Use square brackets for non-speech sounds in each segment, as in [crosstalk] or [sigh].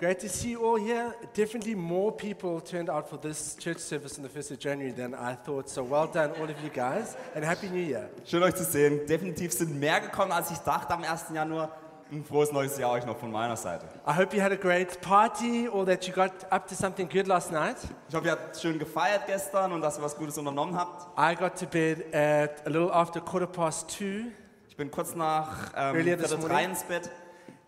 Great to see you all here. Definitely more people turned out for this church service on the 1st of January than I thought. So well done, all of you guys, and Happy New Year. Schön euch zu sehen. Definitiv sind mehr gekommen, als ich dachte am 1. Januar. Ein frohes neues Jahr euch noch von meiner Seite. I hope you had a great party or that you got up to something good last night. Ich hoffe, ihr habt schön gefeiert gestern und dass ihr was Gutes unternommen habt. I got to bed at a little after quarter past two, Ich bin kurz nach ähm, Earlier this Viertel drei morning. ins Bett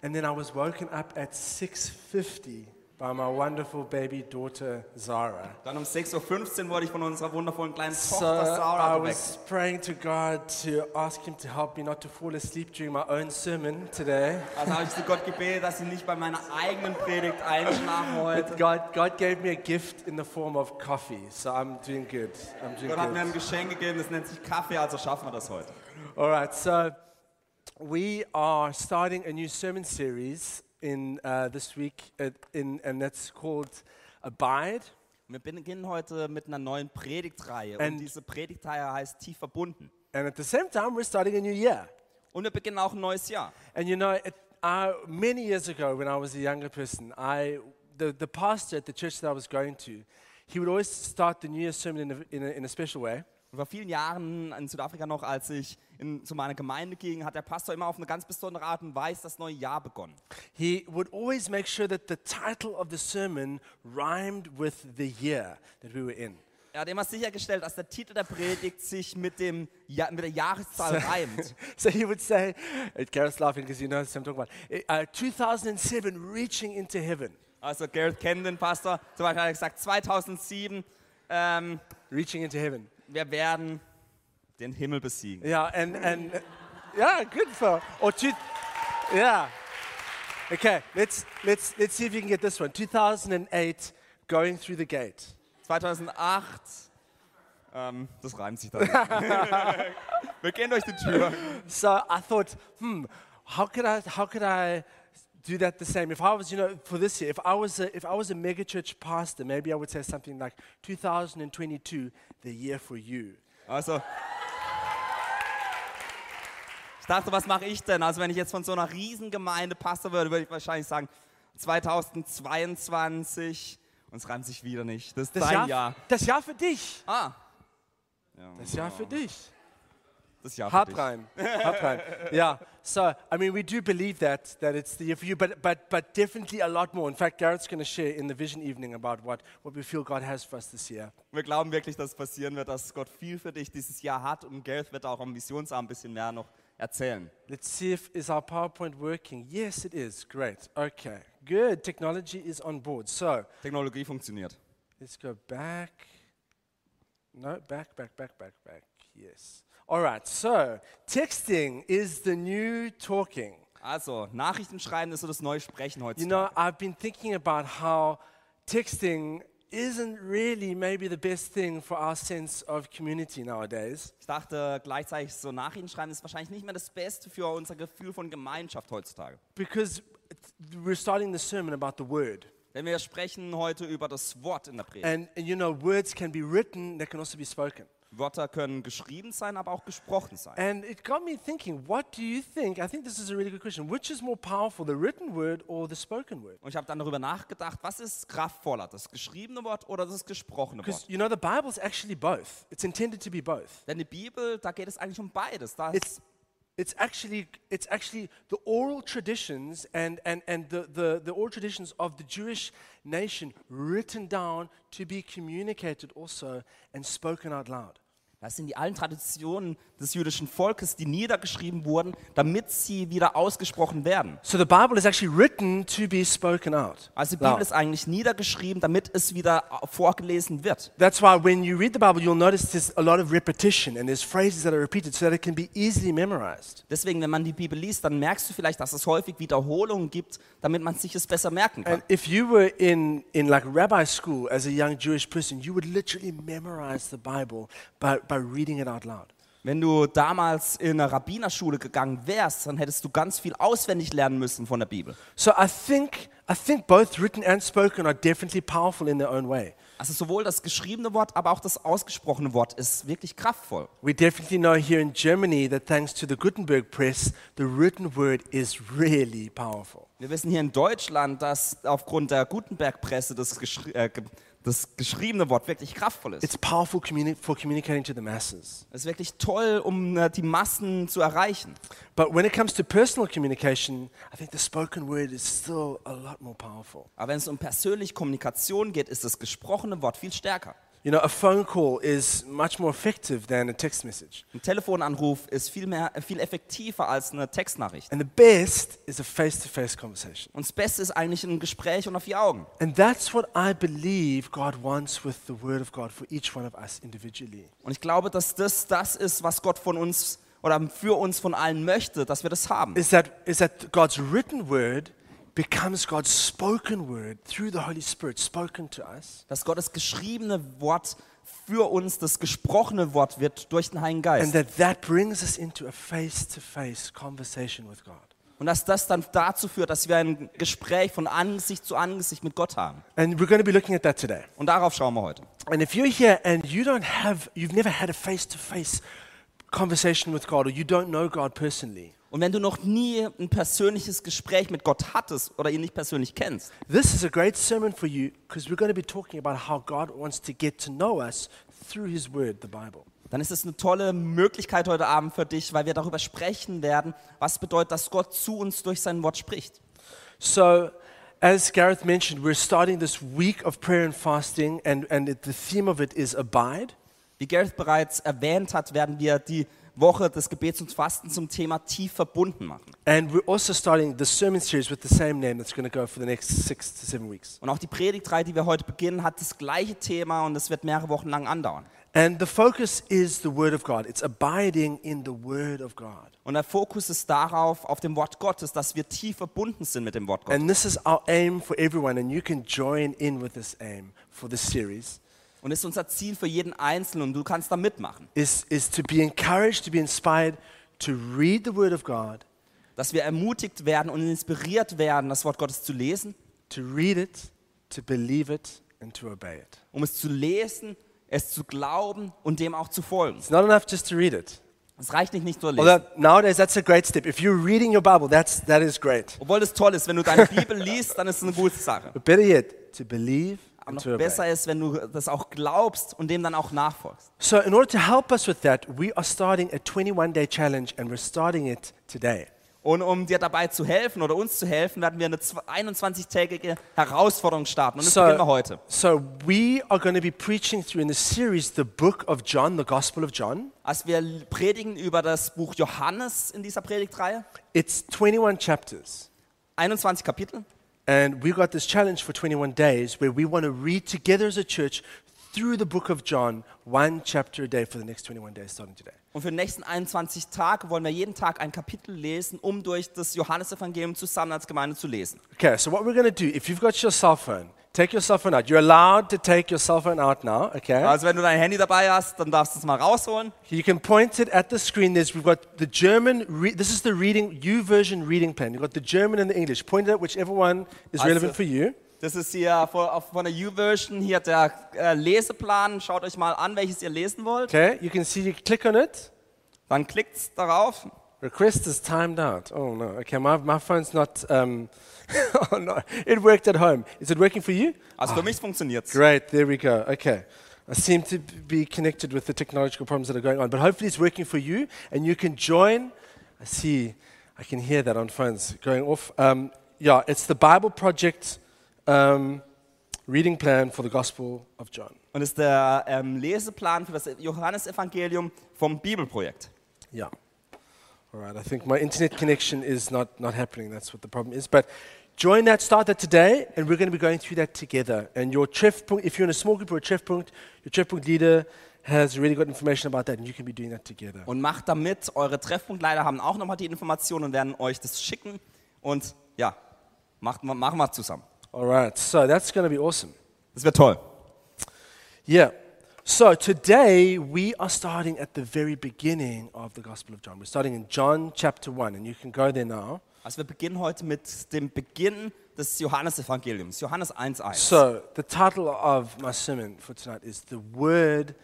and then I was woken up at 6.50 by my wonderful baby daughter, Zara. Dann um 6.15 Uhr wurde ich von unserer wundervollen kleinen So Tochter I Sarah geweckt. was praying to God to ask Him to help me not to fall asleep during my own sermon today. Also habe ich zu Gott gebetet, dass sie nicht bei meiner eigenen Predigt [laughs] einschlafen heute. But God, God gave me a gift in the form of coffee, so I'm doing good. I'm doing Gott hat mir good. ein Geschenk gegeben, das nennt sich Kaffee, also schaffen wir das heute. All right, so we are starting a new sermon series in uh, this week, uh, in, and that's called Abide. Wir beginnen heute mit einer neuen Predigtreihe und And- diese Predigtreihe heißt Tief verbunden. And at the same time, we're starting a new year. Und wir beginnen auch ein neues Jahr. And you know, it, I, many years ago, when I was a younger person, I, the, the pastor at the church that I was going to, he would always start the New Year sermon in a, in a, in a special way. Und vor vielen Jahren in Südafrika noch, als ich in, zu meiner Gemeinde ging, hat der Pastor immer auf eine ganz besondere Art und Weise das neue Jahr begonnen. He would always make sure that the title of the sermon rhymed with the year that we were in. [laughs] Er hat immer sichergestellt, dass der Titel der Predigt sich mit, dem ja mit der Jahreszahl reimt. So he would say, and Gareth's laughing because he knows what I'm talking about. Uh, 2007, reaching into heaven. Also Gareth kennt den Pastor. Zum Beispiel hat er gesagt, 2007, ähm, Reaching into heaven. wir werden den Himmel besiegen. Yeah, and, and uh, yeah, good for, or two, yeah. Okay, let's, let's, let's see if you can get this one. 2008, going through the gate. 2008, ähm, das reimt sich dann. wir gehen durch die Tür. So I thought, hmm, how could I, how could I do that the same? If I was, you know, for this year, if I was a, if I was a megachurch pastor, maybe I would say something like 2022, the year for you. Also. Ich dachte, was mache ich denn? Also wenn ich jetzt von so einer Riesengemeinde passen würde, würde ich wahrscheinlich sagen 2022. Und es reimt sich wieder nicht. Das ist Das dein Jahr, Jahr. das Jahr für dich. Ah, Das Jahr für dich. das Jahr für Hart dich. rein. Hart rein. Yeah. So, I mean, we do believe that, that it's the year for you, but, but, but definitely a lot more. In fact, Garrett's going to share in the vision evening about what, what we feel God has for us this year. Wir glauben wirklich, dass es passieren wird, dass Gott viel für dich dieses Jahr hat und Gareth wird auch am Missionsabend ein bisschen mehr noch erzählen. Let's see if is our PowerPoint working. Yes, it is. Great. Okay. Good. Technology is on board. So Technologie funktioniert. let's go back. No, back, back, back, back, back. Yes. All right. So texting is the new talking. Also, Nachrichten schreiben ist so das neue Sprechen You heutzutage. know, I've been thinking about how texting isn't really maybe the best thing for our sense of community nowadays. Ich dachte gleichzeitig, so Nachrichten schreiben ist wahrscheinlich nicht mehr das Beste für unser Gefühl von Gemeinschaft heutzutage. Because we're starting the sermon about the word. Denn wir sprechen heute über das Wort in der Predigt. And, and you know, words can be written, they can also be spoken. Wörter können geschrieben sein, aber auch gesprochen sein. And it got me thinking, what do you think? I think this is a really good question. Which is more powerful, the written word or the spoken word? Und ich habe dann darüber nachgedacht, was ist kraftvoller, das geschriebene Wort oder das gesprochene Because Wort? you know, the Bible's actually both. It's intended to be both. Denn die Bibel, da geht es eigentlich um beides. Da It's ist, it's actually it's actually the oral traditions and, and, and the, the, the oral traditions of the Jewish nation written down to be communicated also and spoken out loud. das sind die alten Traditionen des jüdischen Volkes, die niedergeschrieben wurden, damit sie wieder ausgesprochen werden. So the Bible is actually written to be spoken out. Also die Bibel loud. ist eigentlich niedergeschrieben, damit es wieder äh, vorgelesen wird. That's why when you read the Bible, you'll notice there's a lot of repetition and there's phrases that are repeated so that it can be easily memorized. Deswegen, wenn man die Bibel liest, dann merkst du vielleicht, dass es häufig Wiederholungen gibt, damit man sich es besser merken kann. And if you were in, in like rabbi school as a young Jewish person, you would literally memorize the Bible by, by reading it out loud. Wenn du damals in eine Rabbinerschule gegangen wärst, dann hättest du ganz viel auswendig lernen müssen von der Bibel. So I think, I think both written and spoken are definitely powerful in their own way. Also sowohl das geschriebene Wort, aber auch das ausgesprochene Wort ist wirklich kraftvoll. We definitely know here in Germany that thanks to the Gutenberg press, the written word is really powerful. Wir wissen hier in Deutschland, dass aufgrund der Gutenberg-Presse das, geschri äh, ge- das geschriebene Wort wirklich kraftvoll ist. It's powerful communi- for communicating to the masses. Es ist wirklich toll, um äh, die Massen zu erreichen. But when it comes to personal communication, I think the spoken word is still a lot more powerful. Aber wenn es um persönliche Kommunikation geht, ist das gesprochene Wort viel stärker. You know, a phone call is much more effective than a text message. Ein Telefonanruf ist viel, mehr, viel effektiver als eine Textnachricht. And the best is a face to face conversation. Und das Beste ist eigentlich ein Gespräch und auf vier Augen. And that's what I believe God wants with the Word of God for each one of us individually. Und ich glaube, dass das das ist, was Gott von uns oder für uns von allen möchte, dass wir das haben. Is that, is that God's written Word becomes God's spoken Word through the Holy Spirit spoken to us. Dass Gottes geschriebene Wort für uns das gesprochene Wort wird durch den Heiligen And Geist. that that brings us into a face to face conversation with God. Und dass das dann dazu führt, dass wir ein Gespräch von Angesicht zu Angesicht mit Gott haben. And we're going to be looking at that today. Und darauf schauen wir heute. And if you're here and you don't have, you've never had a face to face conversation with God or you don't know God personally, Und wenn du noch nie ein persönliches Gespräch mit Gott hattest oder ihn nicht persönlich kennst, This is a great sermon for you because we're going to be talking about how God wants to get to know us through His Word, the Bible. dann ist es eine tolle Möglichkeit heute Abend für dich, weil wir darüber sprechen werden, was bedeutet, dass Gott zu uns durch sein Wort spricht. So, as Gareth mentioned, we're starting this week of prayer and fasting, and, and it, the theme of it is abide. Wie Gareth bereits erwähnt hat, werden wir die Woche des Gebets und Fastens zum Thema tief verbunden machen. And we're also starting the sermon series with the same name that's going to go for the next six to seven weeks. Und auch die Predigtreihe, die wir heute beginnen, hat das gleiche Thema und es wird mehrere Wochen lang andauern. And the focus is the Word of God, it's abiding in the Word of God. Und der Fokus ist darauf, auf dem Wort Gottes, dass wir tief verbunden sind mit dem Wort Gottes. And this is our aim for everyone, and you can join in with this aim for this series. Und das ist unser Ziel für jeden Einzelnen und du kannst da mitmachen. is, is to be encouraged, to be inspired, to read the Word of God, Dass wir ermutigt werden und inspiriert werden, das Wort Gottes zu lesen, to read it, to believe it, and to obey it. um es zu lesen, es zu glauben und dem auch zu folgen. It's not enough just to read it. Es reicht nicht, nicht nur lesen. Although nowadays that's a great step. If you're reading your Bible, that's, that is great. Obwohl es toll ist, wenn du deine Bibel liest, dann ist es eine gute Sache. But better yet, to believe Aber and noch to obey. besser ist, wenn du das auch glaubst und dem dann auch nachfolgst. So, in order to help us with that, we are starting a 21 day challenge and we're starting it today. Und um dir dabei zu helfen oder uns zu helfen, werden wir eine zw- 21-tägige Herausforderung starten. Und das beginnen wir heute. so, we are going to be preaching through in this series the book of John, the Gospel of John. Als Also wir l- predigen über das Buch Johannes in dieser Predigtreihe, It's 21 chapters. 21 Kapitel. And we've got this challenge for 21 days where we want to read together as a church through the book of John, one chapter a day for the next 21 days starting today. Und für die nächsten 21 Tage wollen wir jeden Tag ein Kapitel lesen, um durch das Johannesevangelium zusammen als Gemeinde zu lesen. Okay, so what we're going to do, if you've got your cell phone, take your cell phone out. You're allowed to take your cell phone out now, okay? Also wenn du dein Handy dabei hast, dann darfst du es mal rausholen. You can point it at the screen. There's, we've got the German, re- this is the reading, U version reading plan. You've got the German and the English. Point it at whichever one is Also- relevant for you. Das ist hier vor- auf- von der U-Version, hier der äh, Leseplan. Schaut euch mal an, welches ihr lesen wollt. Okay, you can see, you click on it. Dann klickt darauf. Request is timed out. Oh no. Okay, my, my phone's not. Um, [laughs] oh no. It worked at home. Is it working for you? Also für mich funktioniert es. Great. There we go. Okay. I seem to be connected with the technological problems that are going on, but hopefully it's working for you and you can join. I see. I can hear that on phones going off. Um, yeah, it's the Bible Project um, reading plan for the Gospel of John. Und das ist der ähm, Leseplan für das Johannesevangelium vom Bibelprojekt. Yeah. All right. I think my internet connection is not, not happening. That's what the problem is. But join that, start that today, and we're going to be going through that together. And your Treffpunkt, if you're in a small group or a Treffpunkt, your Treffpunkt leader has already got information about that, and you can be doing that together. Und macht damit, eure Treffpunktleiter haben auch nochmal die Informationen und werden euch das schicken. Und ja, macht, ma- machen wir zusammen. All right. So that's going to be awesome. Das wäre toll. Yeah. So today we are starting at the very beginning of the Gospel of John. We're starting in John chapter 1, and you can go there now. Also wir beginnen heute mit dem Beginn des Johannesevangeliums, Johannes 1.1. So the title of my sermon for tonight is The Word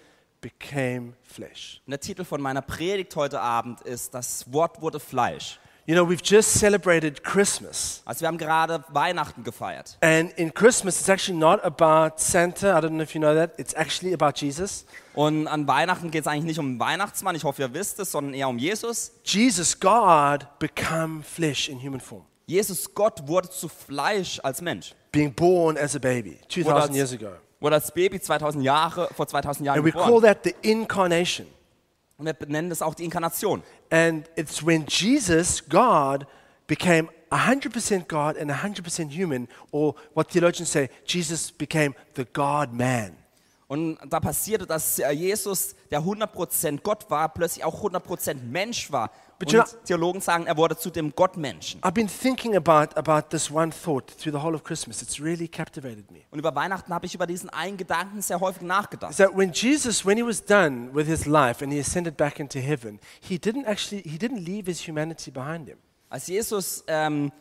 Became Flesh. Und der Titel von meiner Predigt heute Abend ist Das Wort wurde Fleisch. You know, we've just celebrated Christmas. Also wir haben gerade Weihnachten gefeiert. And in Christmas, it's actually not about Santa. I don't know if you know that. It's actually about Jesus. Und an Weihnachten geht es eigentlich nicht um den Weihnachtsmann, ich hoffe, ihr wisst es, sondern eher um Jesus. Jesus, God, become flesh in human form, Jesus Gott wurde zu Fleisch als Mensch. being born as a baby 2,000 that's- years ago. Wurde als Baby 2000 Jahre, vor 2000 Jahren And we call geboren. that the incarnation. Und wir nennen das auch die Inkarnation. And it's when Jesus, God, became 100% God and 100% human, or what theologians say, Jesus became the God man. Und da passierte, dass äh, Jesus, der 100% Gott war, plötzlich auch 100% Mensch war. you know- Und Theologen sagen, er wurde zu dem Gottmenschen. I've been thinking about, about this one thought through the whole of Christmas. It's really captivated me. Und über Weihnachten habe ich über diesen einen Gedanken sehr häufig nachgedacht. Is that when Jesus, when he was done with his life and he ascended back into heaven, he didn't actually, he didn't leave his humanity behind him. Als Jesus ähm,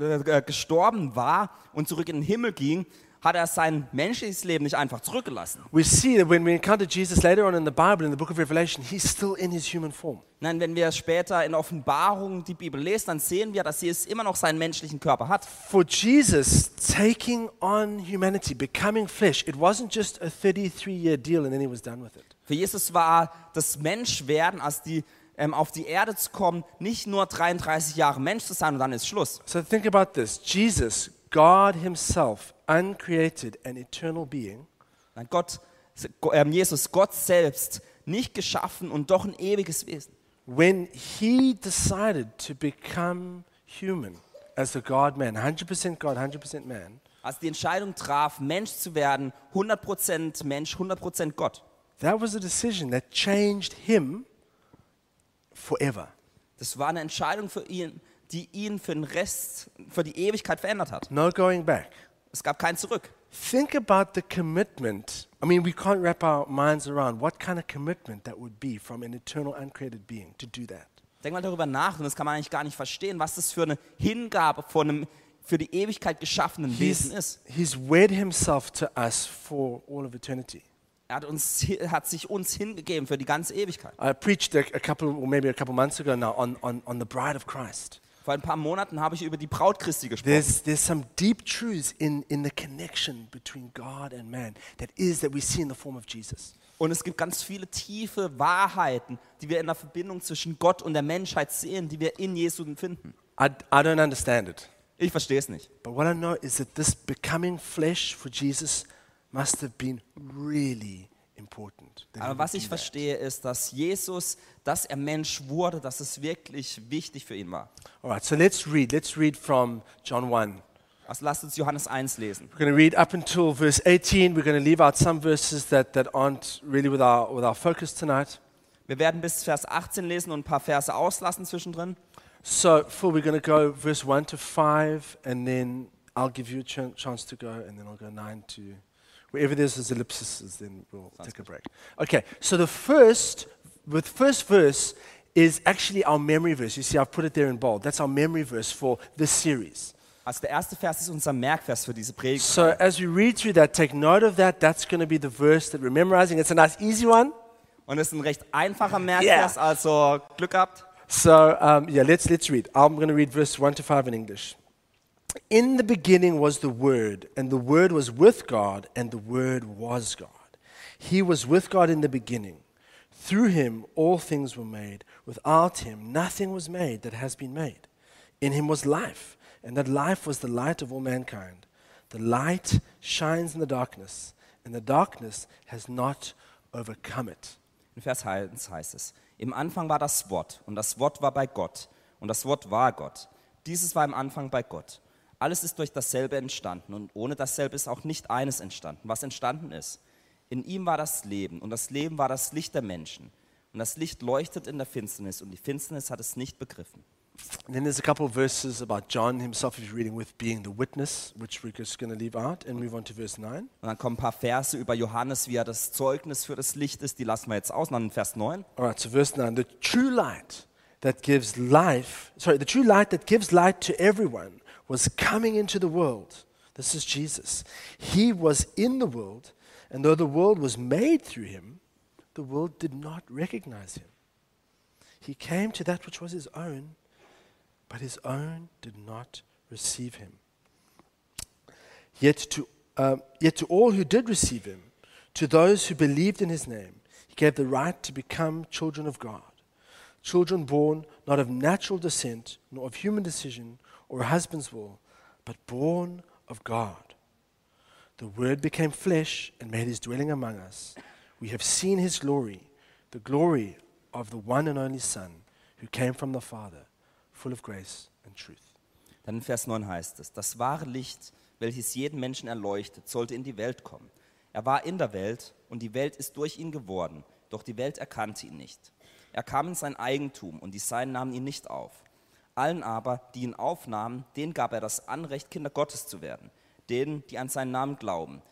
äh, gestorben war und zurück in den Himmel ging, hat er sein menschliches Leben nicht einfach zurückgelassen. We see that when we encounter Jesus later on in the Bible, in the book of Revelation, he's still in his human form. Nein, wenn wir später in Offenbarung die Bibel lesen, dann sehen wir, dass Jesus immer noch seinen menschlichen Körper hat. For Jesus taking on humanity, becoming flesh, it wasn't just a 33 year deal and then he was done with it. Für Jesus war das Menschwerden, als die ähm, auf die Erde zu kommen, nicht nur 33 Jahre Mensch zu sein und dann ist Schluss. So think about this Jesus, God Himself, uncreated and eternal being, Nein, Gott, ähm, Jesus, Gott selbst, nicht geschaffen und doch ein ewiges Wesen. when He decided to become human as the God man, 100% God, 100% man, Als die Entscheidung traf, Mensch zu werden, 100% Mensch, 100% Gott. that was a decision that changed Him forever. Das war eine Entscheidung für ihn, die ihn für den Rest, für die Ewigkeit verändert hat. No going back. Es gab kein Zurück. Think about the commitment. I mean, we can't wrap our minds around what kind of commitment that would be from an eternal, uncreated being to do that. Denk mal darüber nach, und das kann man eigentlich gar nicht verstehen, was das für eine Hingabe von einem für die Ewigkeit geschaffenen Wesen ist. He's, he's wed himself to us for all of eternity. Er hat, uns, hi- hat sich uns hingegeben für die ganze Ewigkeit. I preached a, a couple, or maybe a couple months ago now, on, on, on the bride of Christ. Vor ein paar Monaten habe ich über die Braut Christi gesprochen. There's, there's some deep truths in, in the connection between God and man that is that we see in the form of Jesus. Und es gibt ganz viele tiefe Wahrheiten, die wir in der Verbindung zwischen Gott und der Menschheit sehen, die wir in Jesus finden. I, I don't understand it. Ich verstehe es nicht. But what I know is that this becoming flesh for Jesus must have been really important. that he would Aber was do ich that. verstehe, ist, dass Jesus, dass er Mensch wurde, dass es wirklich wichtig für ihn war. All right, so let's read. Let's read from John 1. Also lasst uns Johannes 1 lesen. We're going to read up until verse 18. We're going to leave out some verses that, that aren't really with our, with our focus tonight. Wir werden bis Vers 18 lesen und ein paar Verse auslassen zwischendrin. So, Phil, we're going to go verse 1 to 5, and then I'll give you a chan- chance to go, and then I'll go 9 to wherever there's those ellipses, then we'll take a break. Okay, so the first, with first verse is actually our memory verse. You see, I've put it there in bold. That's our memory verse for this series. Also der erste Vers ist unser Merkvers für diese Predigt. So, as we read through that, take note of that. That's going to be the verse that we're memorizing. It's a nice, easy one. Und es ist ein recht einfacher Merkvers, also Glück gehabt. So um, yeah, let's let's read. I'm going to read verse one to five in English. In the beginning was the Word, and the Word was with God, and the Word was God. He was with God in the beginning. Through him all things were made. Without him nothing was made that has been made. In him was life, and that life was the light of all mankind. The light shines in the darkness, and the darkness has not overcome it. In Vers 1 heißt es, im Anfang war das Wort und das Wort war bei Gott und das Wort war Gott. Dieses war im Anfang bei Gott. Alles ist durch dasselbe entstanden und ohne dasselbe ist auch nicht eines entstanden, was entstanden ist. In ihm war das Leben und das Leben war das Licht der Menschen. Und das Licht leuchtet in der Finsternis und die Finsternis hat es nicht begriffen. And then there's a couple of verses about John himself, if you're reading with, being the witness, which we're just going to leave out and move on to verse 9. Und dann kommen ein paar Verse über Johannes, wie er das Zeugnis für das Licht ist, die lassen wir jetzt aus. Und dann in Vers 9. All right, so verse 9 the true light that gives life, sorry, the true light that gives light to everyone was coming into the world. This is Jesus. He was in the world, and though the world was made through him, the world did not recognize him. He came to that which was his own, but his own did not receive him. Yet to, um, yet to all who did receive him, to those who believed in his name, he gave the right to become children of God. Children born not of natural descent, nor of human decision or a husband's will, but born of God. The Word became flesh and made his dwelling among us. We have seen his glory, the glory of the one and only Son who came from the Father, full of grace and truth. Dann in Vers 9 heißt es, das wahre Licht, welches jeden Menschen erleuchtet, sollte in die Welt kommen. Er war in der Welt und die Welt ist durch ihn geworden, doch die Welt erkannte ihn nicht. Er kam in sein Eigentum und die Seinen nahmen ihn nicht auf. Allen aber, die ihn aufnahmen, denen gab er das Anrecht, Kinder Gottes zu werden, denen, die an seinen Namen glauben,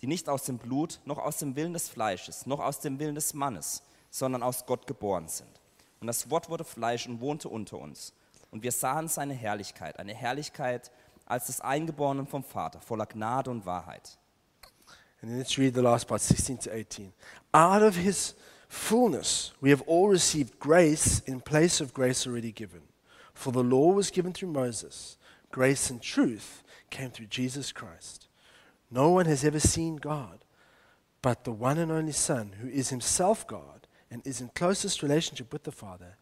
die nicht aus dem Blut, noch aus dem Willen des Fleisches, noch aus dem Willen des Mannes, sondern aus Gott geboren sind. Und das Wort wurde Fleisch und wohnte unter uns. Und wir sahen seine Herrlichkeit, eine Herrlichkeit als des Eingeborenen vom Vater, voller Gnade und Wahrheit. And then let's read the last part, 16 to 18. Out of his fullness, we have all received grace in place of grace already given. For the law was given through Moses, grace and truth came through Jesus Christ. No one has ever seen God, but the one and only Son, who is himself God and is in closest relationship with the Father,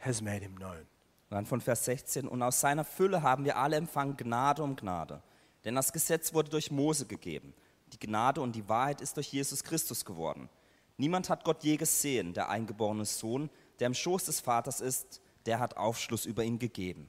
has made him known. Und dann von Vers 16, und aus seiner Fülle haben wir alle empfangen Gnade um Gnade. Denn das Gesetz wurde durch Mose gegeben. Die Gnade und die Wahrheit ist durch Jesus Christus geworden. Niemand hat Gott je gesehen, der eingeborene Sohn, der im Schoß des Vaters ist, der hat Aufschluss über ihn gegeben.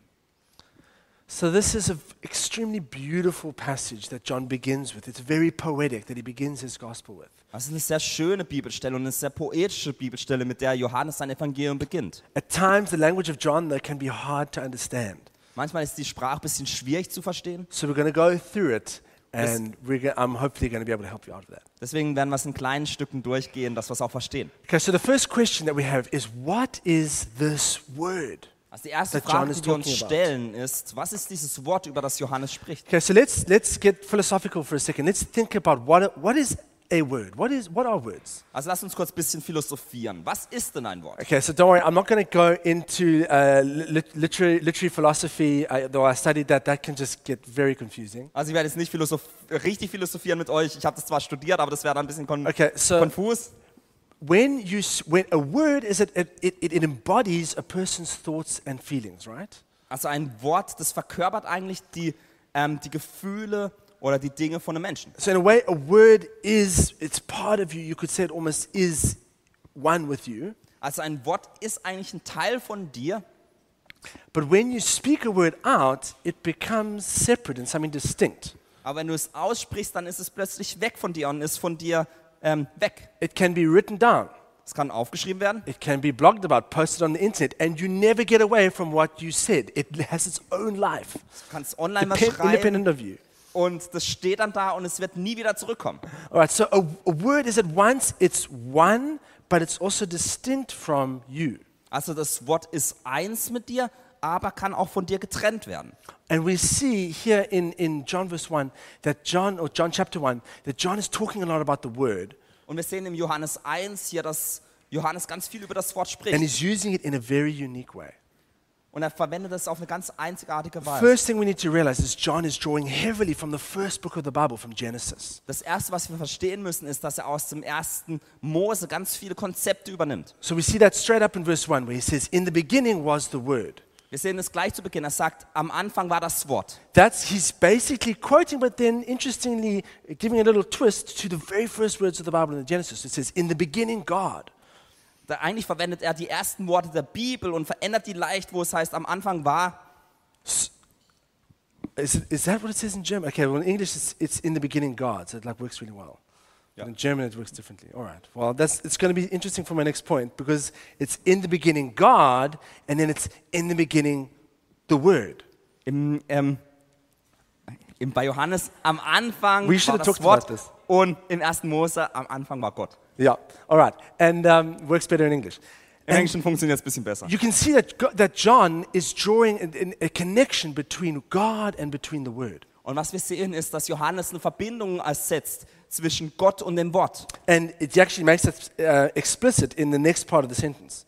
So, this is an extremely beautiful passage that John begins with. It's very poetic that he begins his gospel with. Das ist eine sehr schöne Bibelstelle und eine sehr poetische Bibelstelle, mit der Johannes sein Evangelium beginnt. At times, the language of John, though, can be hard to understand. Manchmal ist die Sprache ein bisschen schwierig zu verstehen, So, we're going to go through it, Yes. and we're go- I'm hopefully going to be able to help you out of that. deswegen werden wir es in kleinen Stücken durchgehen, dass wir es auch verstehen. Okay, so the first question that we have is what is this word? Also die erste That John Frage, is die wir uns talking about. stellen, ist, was ist dieses Wort, über das Johannes spricht? Okay, so let's, let's get philosophical for a second. Let's think about what, what is a word? What, is, what are words? Also lass uns kurz ein bisschen philosophieren. Was ist denn ein Wort? Okay, so don't worry, I'm not going to go into uh, lit- literary, literary philosophy, I, though I studied that. That can just get very confusing. Also ich werde jetzt nicht philosoph richtig philosophieren mit euch. Ich habe das zwar studiert, aber das wäre dann ein bisschen kon Okay, so konfus. when, you, s- when a word is, it, it, it, it embodies a person's thoughts and feelings, right? Also ein Wort, das verkörpert eigentlich die, ähm, die Gefühle oder die Dinge von einem Menschen. So in a way, a word is, it's part of you. You could say it almost is one with you. Also ein Wort ist eigentlich ein Teil von dir, But when you speak a word out, it becomes separate and something distinct. aber wenn du es aussprichst, dann ist es plötzlich weg von dir und ist von dir ähm, weg. It can be written down, Es kann aufgeschrieben werden, it can be blogged about, posted on the internet, and you never get away from what you said. It has its own life, du kannst online was depend- schreiben independent of you. und das steht dann da und es wird nie wieder zurückkommen. All right, so a, a word is at once, it's one, but it's also distinct from you. Also das Wort ist eins mit dir, aber kann auch von dir getrennt werden. And we see here in, in John verse 1 that John, or John chapter 1, that John is talking a lot about the word, Und wir sehen im Johannes 1 hier, dass Johannes ganz viel über das Wort and spricht he's using it in a very unique way. und er verwendet es auf eine ganz einzigartige Weise. First thing we need to realize is John is drawing heavily from the first book of the Bible, from Genesis. Das erste, was wir verstehen müssen, ist, dass er aus dem ersten Mose ganz viele Konzepte übernimmt. So we see that straight up in verse 1 where he says, In the beginning was the Word. Wir sehen es gleich zu Beginn. Er sagt, am Anfang war das Wort. That's he's basically quoting, but then interestingly giving a little twist to the very first words of the Bible in the Genesis. It says, In the beginning, God. Da eigentlich verwendet er die ersten Worte der Bibel und verändert die leicht, wo es heißt, am Anfang war. Is, it, is that what it says in German? Okay, well, in English it's, it's in the beginning, God. So it like works really well. But in German it works differently. All right. Well, that's, it's going to be interesting for my next point because it's in the beginning, God, and then it's in the beginning, the Word. Im, ähm, im, bei Johannes, am Anfang We should war have das talked Wort. about this. Und im ersten Mose, am Anfang war Gott. Yeah. All right. And um, works better in English. Im Englischen funktioniert es ein bisschen besser. You can see that, Go- that John is drawing an- an- a connection between God and between the Word. Und was wir sehen, ist, dass Johannes eine Verbindung setzt zwischen Gott und dem Wort. And it actually makes that uh, explicit in the next part of the sentence.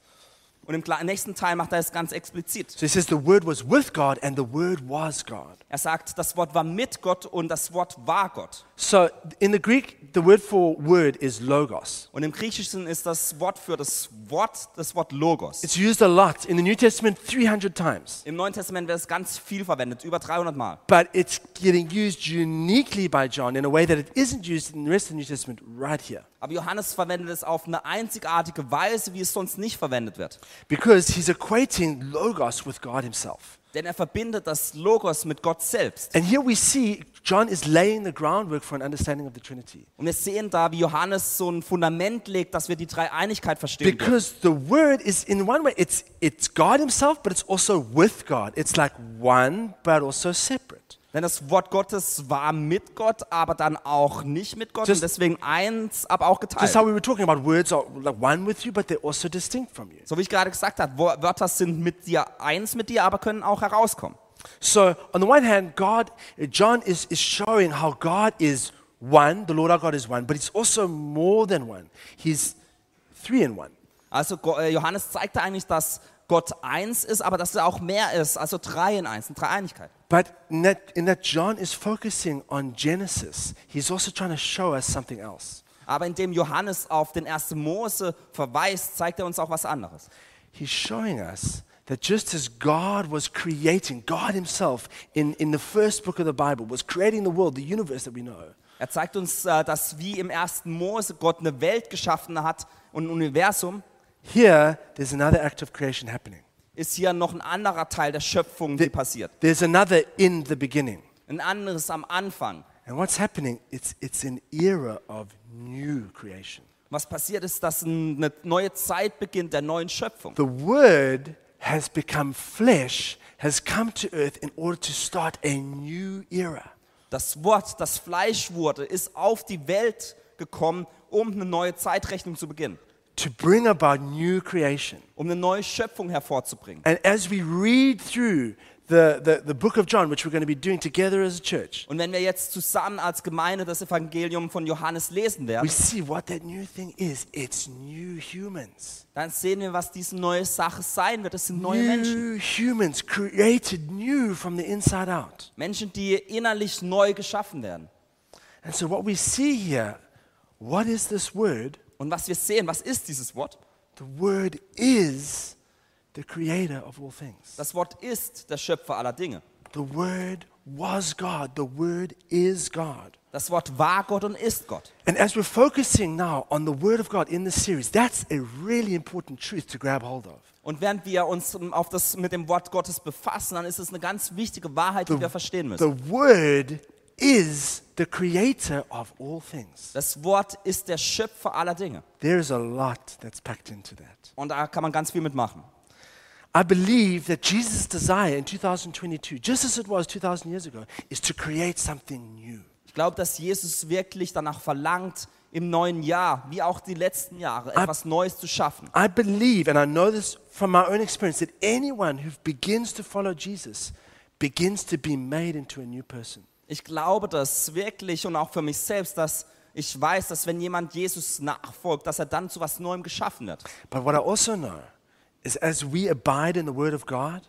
Und im kle- nächsten Teil macht er es ganz explizit. So he says the word was with God and the word was God. Er sagt, das Wort war mit Gott und das Wort war Gott. So in the Greek, the word for word is logos. Und im Griechischen ist das Wort für das Wort das Wort Logos. It's used a lot in the New Testament 300 times, Im Neuen Testament wird es ganz viel verwendet, über 300 Mal. but it's getting used uniquely by John in a way that it isn't used in the rest of the New Testament right here. Aber Johannes verwendet es auf eine einzigartige Weise, wie es sonst nicht verwendet wird. Because he's equating logos with God himself. Denn er verbindet das Logos mit Gott selbst. And here we see John is laying the groundwork for an understanding of the Trinity. Und wir sehen da, wie Johannes so ein Fundament legt, dass wir die Dreieinigkeit verstehen dürfen. Because the word is in one way it's it's God himself, but it's also with God. It's like one but also separate. Denn das Wort Gottes war mit Gott, aber dann auch nicht mit Gott. Just- und deswegen eins, aber auch Just how geteilt. we were talking about words are like one with you, but they're also distinct from you. So wie ich gerade gesagt habe, Wo- Wörter sind mit dir eins mit dir, aber können auch herauskommen. So on the one hand, God John is, is showing how God is one, the Lord our God is one, but he's also more than one. He's three in one. Also Go- äh, Johannes zeigte eigentlich, dass Gott eins ist, aber dass er auch mehr ist. Also drei in eins, eine Dreieinigkeit. But in that, in that John is focusing on Genesis, he's also trying to show us something else. Aber indem Johannes auf den 1. Mose verweist, zeigt er uns auch was anderes. He's showing us that just as God was creating, God Himself in, in the first book of the Bible was creating the world, the universe that we know, Er zeigt uns, äh, dass wie im 1. Mose Gott eine Welt geschaffen hat und ein Universum, here there's another act of creation happening. ist hier noch ein anderer Teil der Schöpfung, die passiert. There's another in the beginning. Ein anderes am Anfang. And what's happening? It's, it's an era of new creation. Was passiert ist, dass ein- eine neue Zeit beginnt der neuen Schöpfung. The Word has become flesh, has come to earth in order to start a new era. Das Wort, das Fleisch wurde, ist auf die Welt gekommen, um eine neue Zeitrechnung zu beginnen, to bring about new creation. um eine neue Schöpfung hervorzubringen. And as we read through the, the, the book of John, which we're going to be doing together as a church, Und wenn wir jetzt zusammen als Gemeinde das Evangelium von Johannes lesen we werden, see what that new thing is. It's new humans. dann sehen wir, was diese neue Sache sein wird. Das sind neue Menschen. New humans created new from the inside out. Menschen, die innerlich neu geschaffen werden. And so, what we see here, what is this word? Und was wir sehen, was ist dieses Wort? The word is the creator of all things. Das Wort ist der Schöpfer aller Dinge. The word was God. The word is God. Das Wort war Gott und ist Gott. And as we're focusing now on the Word of God in this series, that's a really important truth to grab hold of. Und während wir uns ähm, auf das, mit dem Wort Gottes befassen, dann ist es eine ganz wichtige Wahrheit, die wir verstehen The müssen. Word is the creator of all things. Das Wort ist der Schöpfer aller Dinge. There is a lot that's packed into that. Und da kann man ganz viel mitmachen. I believe that Jesus' desire in 2022, just as it was 2,000 years ago, is to create something new. Ich glaube, dass Jesus wirklich danach verlangt, im neuen Jahr, wie auch die letzten Jahre, etwas Neues zu schaffen. I believe, and I know this from my own experience, that anyone who begins to follow Jesus begins to be made into a new person. Ich glaube das wirklich und auch für mich selbst, dass ich weiß, dass wenn jemand Jesus nachfolgt, dass er dann zu was Neuem geschaffen wird. But what I also know is as we abide in the Word of God,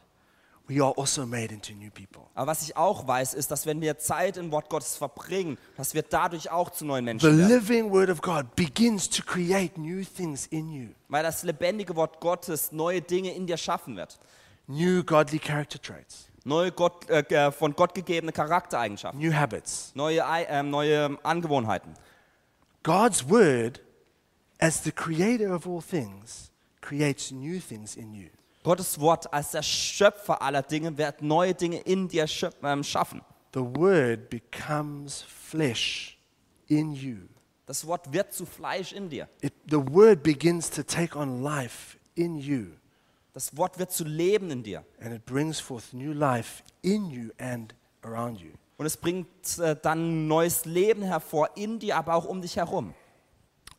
we are also made into new people. Aber was ich auch weiß, ist, dass wenn wir Zeit im Wort Gottes verbringen, dass wir dadurch auch zu neuen The Menschen werden. living Word of God begins to create new things in you Weil das lebendige Wort Gottes neue Dinge in dir schaffen wird. new godly character traits, Neue Gott, äh, äh, von Gott gegebene Charaktereigenschaften, new habits. neue, Ei- äh, neue Angewohnheiten. God's Word, as the creator of all things, creates new things in you. Gottes Wort als der Schöpfer aller Dinge wird neue Dinge in dir schöp- ähm, schaffen. The Word becomes flesh in you. Das Wort wird zu Fleisch in dir. It, the Word begins to take on life in you, Das Wort wird zu Leben in dir. and it brings forth new life in you and around you. Und es bringt äh, dann neues Leben hervor in dir, aber auch um dich herum.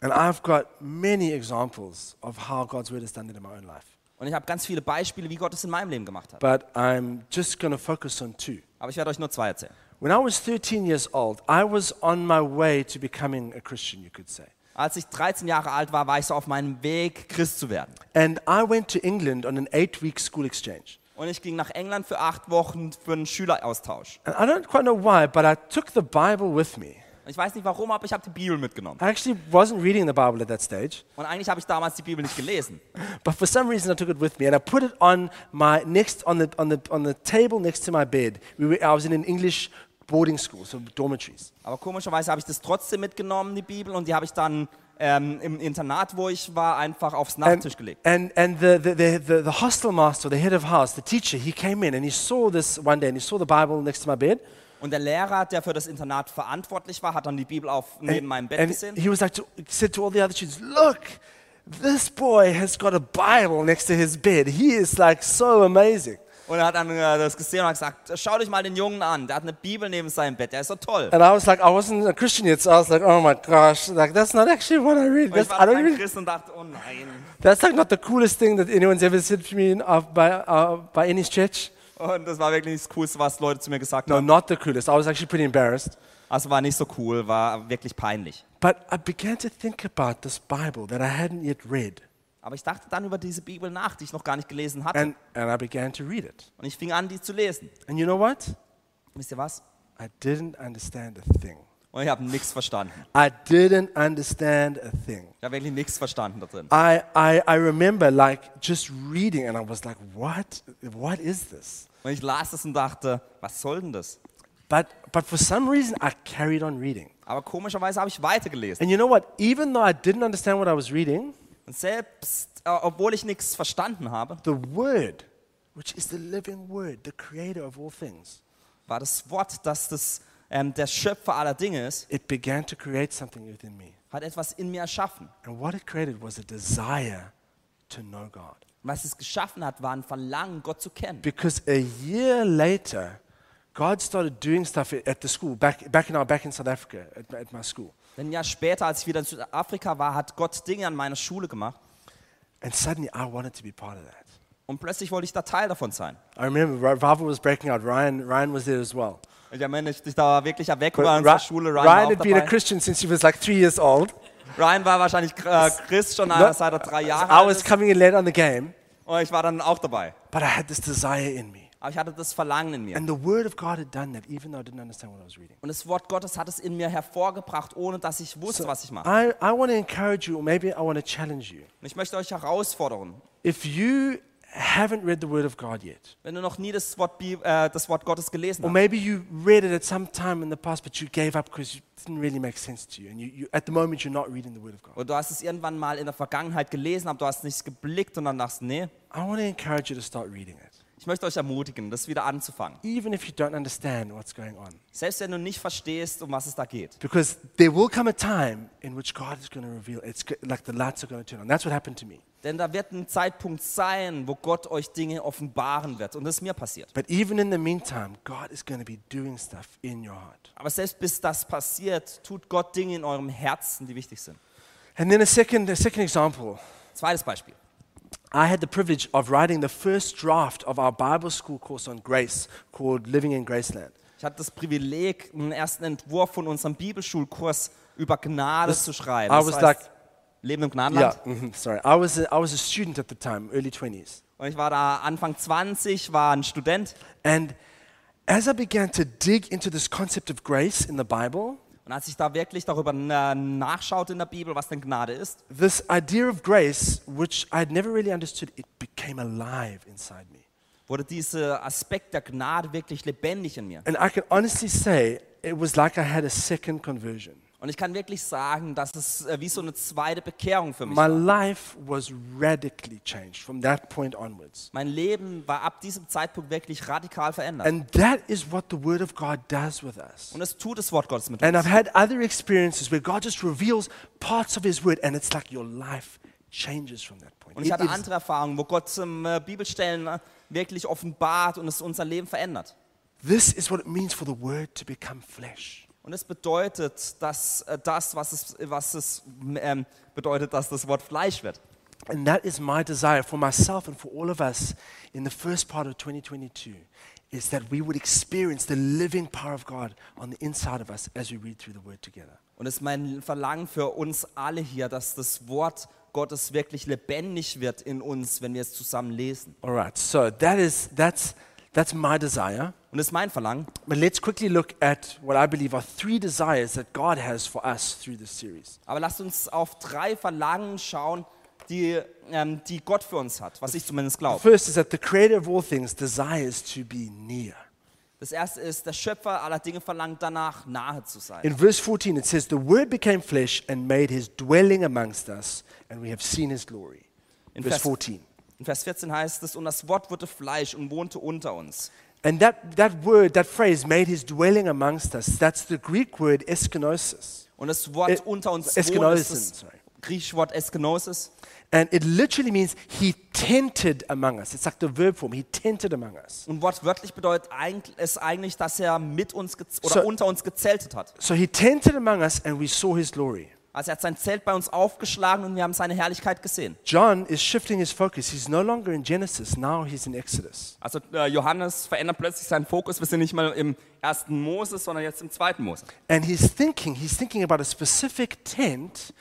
And I've got many examples of how God's word has done it in my own life. Und ich habe ganz viele Beispiele, wie Gott es in meinem Leben gemacht hat. But I'm just going to focus on two. Aber ich werde euch nur zwei erzählen. When I was 13 years old, I was on my way to becoming a Christian, you could say. Als ich 13 Jahre alt war, war ich so auf meinem Weg, Christ zu werden. And I went to England on an eight week school exchange. Und ich ging nach England für acht Wochen für einen Schüleraustausch. And I don't quite know why, but I took the Bible with me. Und Ich weiß nicht warum, aber ich habe die Bibel mitgenommen. I actually wasn't reading the Bible at that stage, Und eigentlich habe ich damals die Bibel nicht gelesen. but for some reason I took it with me and I put it on my next on the on the on the table next to my bed. We were, I was in an English boarding school, so dormitories. Aber komischerweise habe ich das trotzdem mitgenommen, die Bibel, und die habe ich dann ähm, im Internat, wo ich war, einfach aufs And, Nachttisch gelegt. and, and the, the, the, the, the hostel master, the head of house, the teacher, he came in and he saw this one day and he saw the Bible next to my bed. Und der Lehrer, der für das Internat verantwortlich war, hat dann die Bibel auf neben meinem Bett and gesehen. he was like, to, said to all the other students, look, this boy has got a Bible next to his bed. He is like so amazing. Und er hat dann äh, das gesehen und hat gesagt, schau dich mal den Jungen an, der hat eine Bibel neben seinem Bett, der ist so toll. And I was like, I wasn't a Christian yet, so I was like, oh my gosh, like that's not actually what I read. Und ich That's, war I don't dann even, Christ und dachte, oh nein. that's like not the coolest thing that anyone's ever said to me in, uh, by, uh, by any stretch. Und das war wirklich nicht das Coolste, was Leute zu mir gesagt No, haben. not the coolest. I was actually pretty embarrassed. Also war nicht so cool, war wirklich peinlich. But I began to think about this Bible that I hadn't yet read, Aber ich dachte dann über diese Bibel nach, die ich noch gar nicht gelesen hatte. and, and I began to read it. und ich fing an, die zu lesen. And you know what? Wisst ihr was? I didn't understand a thing. Und ich habe nichts verstanden. I didn't understand a thing. Ich habe wirklich nichts verstanden da drin. I, I, I remember like just reading and I was like, what? What is this? Und ich las es und dachte, was soll denn das? But, but for some reason, I carried on reading. Aber komischerweise habe ich weitergelesen. And you know what? Even though I didn't understand what I was reading, Und selbst, äh, obwohl ich nichts verstanden habe, the Word, which is the living Word, the creator of all things, war das Wort, dass das ähm, der Schöpfer aller Dinge ist, it began to create something within me. hat etwas in mir erschaffen. And what it created was a desire to know God. Und was es geschaffen hat, war ein Verlangen, Gott zu kennen. Because a year later, God started doing stuff at the school, back, back, in, our, back in South Africa, at, at my school. Ein Jahr später, als ich wieder in Südafrika war, hat Gott Dinge an meiner Schule gemacht. And suddenly I wanted to be part of that. Und plötzlich wollte ich da Teil davon sein. I remember Ra- Revival was breaking out. Ryan, Ryan was there as well. Ich meine, ich, ich war wirklich weg But über Ra- unserer Schule. Ryan, Ryan war, had auch been a dabei. Christian since he was like three years old. Ryan war wahrscheinlich äh, Christ schon No, seit er drei Jahre I alt was ist. coming in late on the game, Und ich war dann auch dabei. but I had this desire in me. Aber ich hatte das Verlangen in mir. And the Word of God had done that, even though I didn't understand what I was reading. Und das Wort Gottes hat es in mir hervorgebracht, ohne dass ich wusste, was ich mache. I, I want to encourage you, or maybe I want to challenge you. Und ich möchte euch herausfordern, If you haven't read the Word of God yet, wenn du noch nie das Wort, Bi- äh, das Wort Gottes gelesen or hast. maybe you read it at some time in the past, but you gave up because it didn't really make sense to you, and you, you, at the moment you're not reading the Word of God. Und du hast es irgendwann mal in der Vergangenheit gelesen, aber du hast nicht geblickt und dann dachtest, nee, I want to encourage you to start reading it. ich möchte euch ermutigen, das wieder anzufangen. even if you don't understand what's going on. Selbst wenn du nicht verstehst, um was es da geht. Because there will come a time in which God is going to reveal. It's go- like the lights are going to turn on. That's what happened to me. Denn da wird ein Zeitpunkt sein, wo Gott euch Dinge offenbaren wird. Und das ist mir passiert. But even in the meantime, God is going to be doing stuff in your heart. Aber selbst bis das passiert, tut Gott Dinge in eurem Herzen, die wichtig sind. And then a second, a second example. Zweites Beispiel. I had the privilege of writing the first draft of our Bible school course on grace called Living in Graceland. Ich hatte das Privileg, einen ersten Entwurf von unserem Bibelschulkurs über Gnade Das- zu schreiben. I Das was heißt, like- Leben im Gnadenland. Yeah, mhm, sorry. I was, a, I was a student at the time, early 20s. Und ich war da Anfang 20, war ein Student. And as I began to dig into this concept of grace in the Bible, Und als ich da wirklich darüber na- nachschaute in der Bibel, was denn Gnade ist, this idea of grace, which I'd never really understood, it became alive inside me. wurde dieser Aspekt der Gnade wirklich lebendig in mir. And I can honestly say it was like I had a second conversion. Und ich kann wirklich sagen, dass es äh, wie so eine zweite Bekehrung für mich My war. life was radically changed from that point onwards. Mein Leben war ab diesem Zeitpunkt wirklich radikal verändert. And that is what the Word of God does with us. Und es tut das Wort Gottes mit And I've uns. had other experiences where God just reveals parts of His Word, and it's like your life changes from that point. Und ich It hatte is- andere Erfahrungen, wo Gott ähm, äh, Bibelstellen äh, wirklich offenbart und es unser Leben verändert. this is what it means for the Word to become flesh. Und es bedeutet, dass äh, das, was es, was es ähm, bedeutet, dass das Wort Fleisch wird. And that is my desire for myself and for all of us in the first part of 2022 is that we would experience the living power of God on the inside of us as we read through the Word together. Und es ist mein Verlangen für uns alle hier, dass das Wort Gottes wirklich lebendig wird in uns, wenn wir es zusammen lesen. All right, so that is, that's, that's my desire. Und es ist mein Verlangen. But let's quickly look at what I believe are three desires that God has for us through this series. Aber lasst uns auf drei Verlangen schauen, die, ähm, die Gott für uns hat, was ich zumindest glaube. First is that the creator of all things desires to be near. Das erste ist, der Schöpfer aller Dinge verlangt danach, nahe zu sein. In verse 14, it says, The Word became flesh and made his dwelling amongst us, and we have seen his glory. In verse Vers- 14. In Vers 14 heißt es, und das Wort wurde Fleisch und wohnte unter uns. And that, that word, that phrase, made his dwelling amongst us, that's the Greek word eskenosis. Und das Wort Äh, unter uns wohnt, Eskenosen, ist das sorry. griechische Wort Eskenosis. And it literally means he tented among us. It's like the verb form, he tented among us. Und wortwörtlich bedeutet eig- es eigentlich, dass er mit uns gez- oder So- unter uns gezeltet hat. So he tented among us and we saw his glory. Also er hat sein Zelt bei uns aufgeschlagen und wir haben seine Herrlichkeit gesehen. John is shifting his focus. He's no longer in Genesis, now he's in Exodus. Also äh, Johannes verändert plötzlich seinen Fokus. Wir sind nicht mal im ersten Moses, sondern jetzt im zweiten Moses. And he's thinking, he's thinking about a specific tent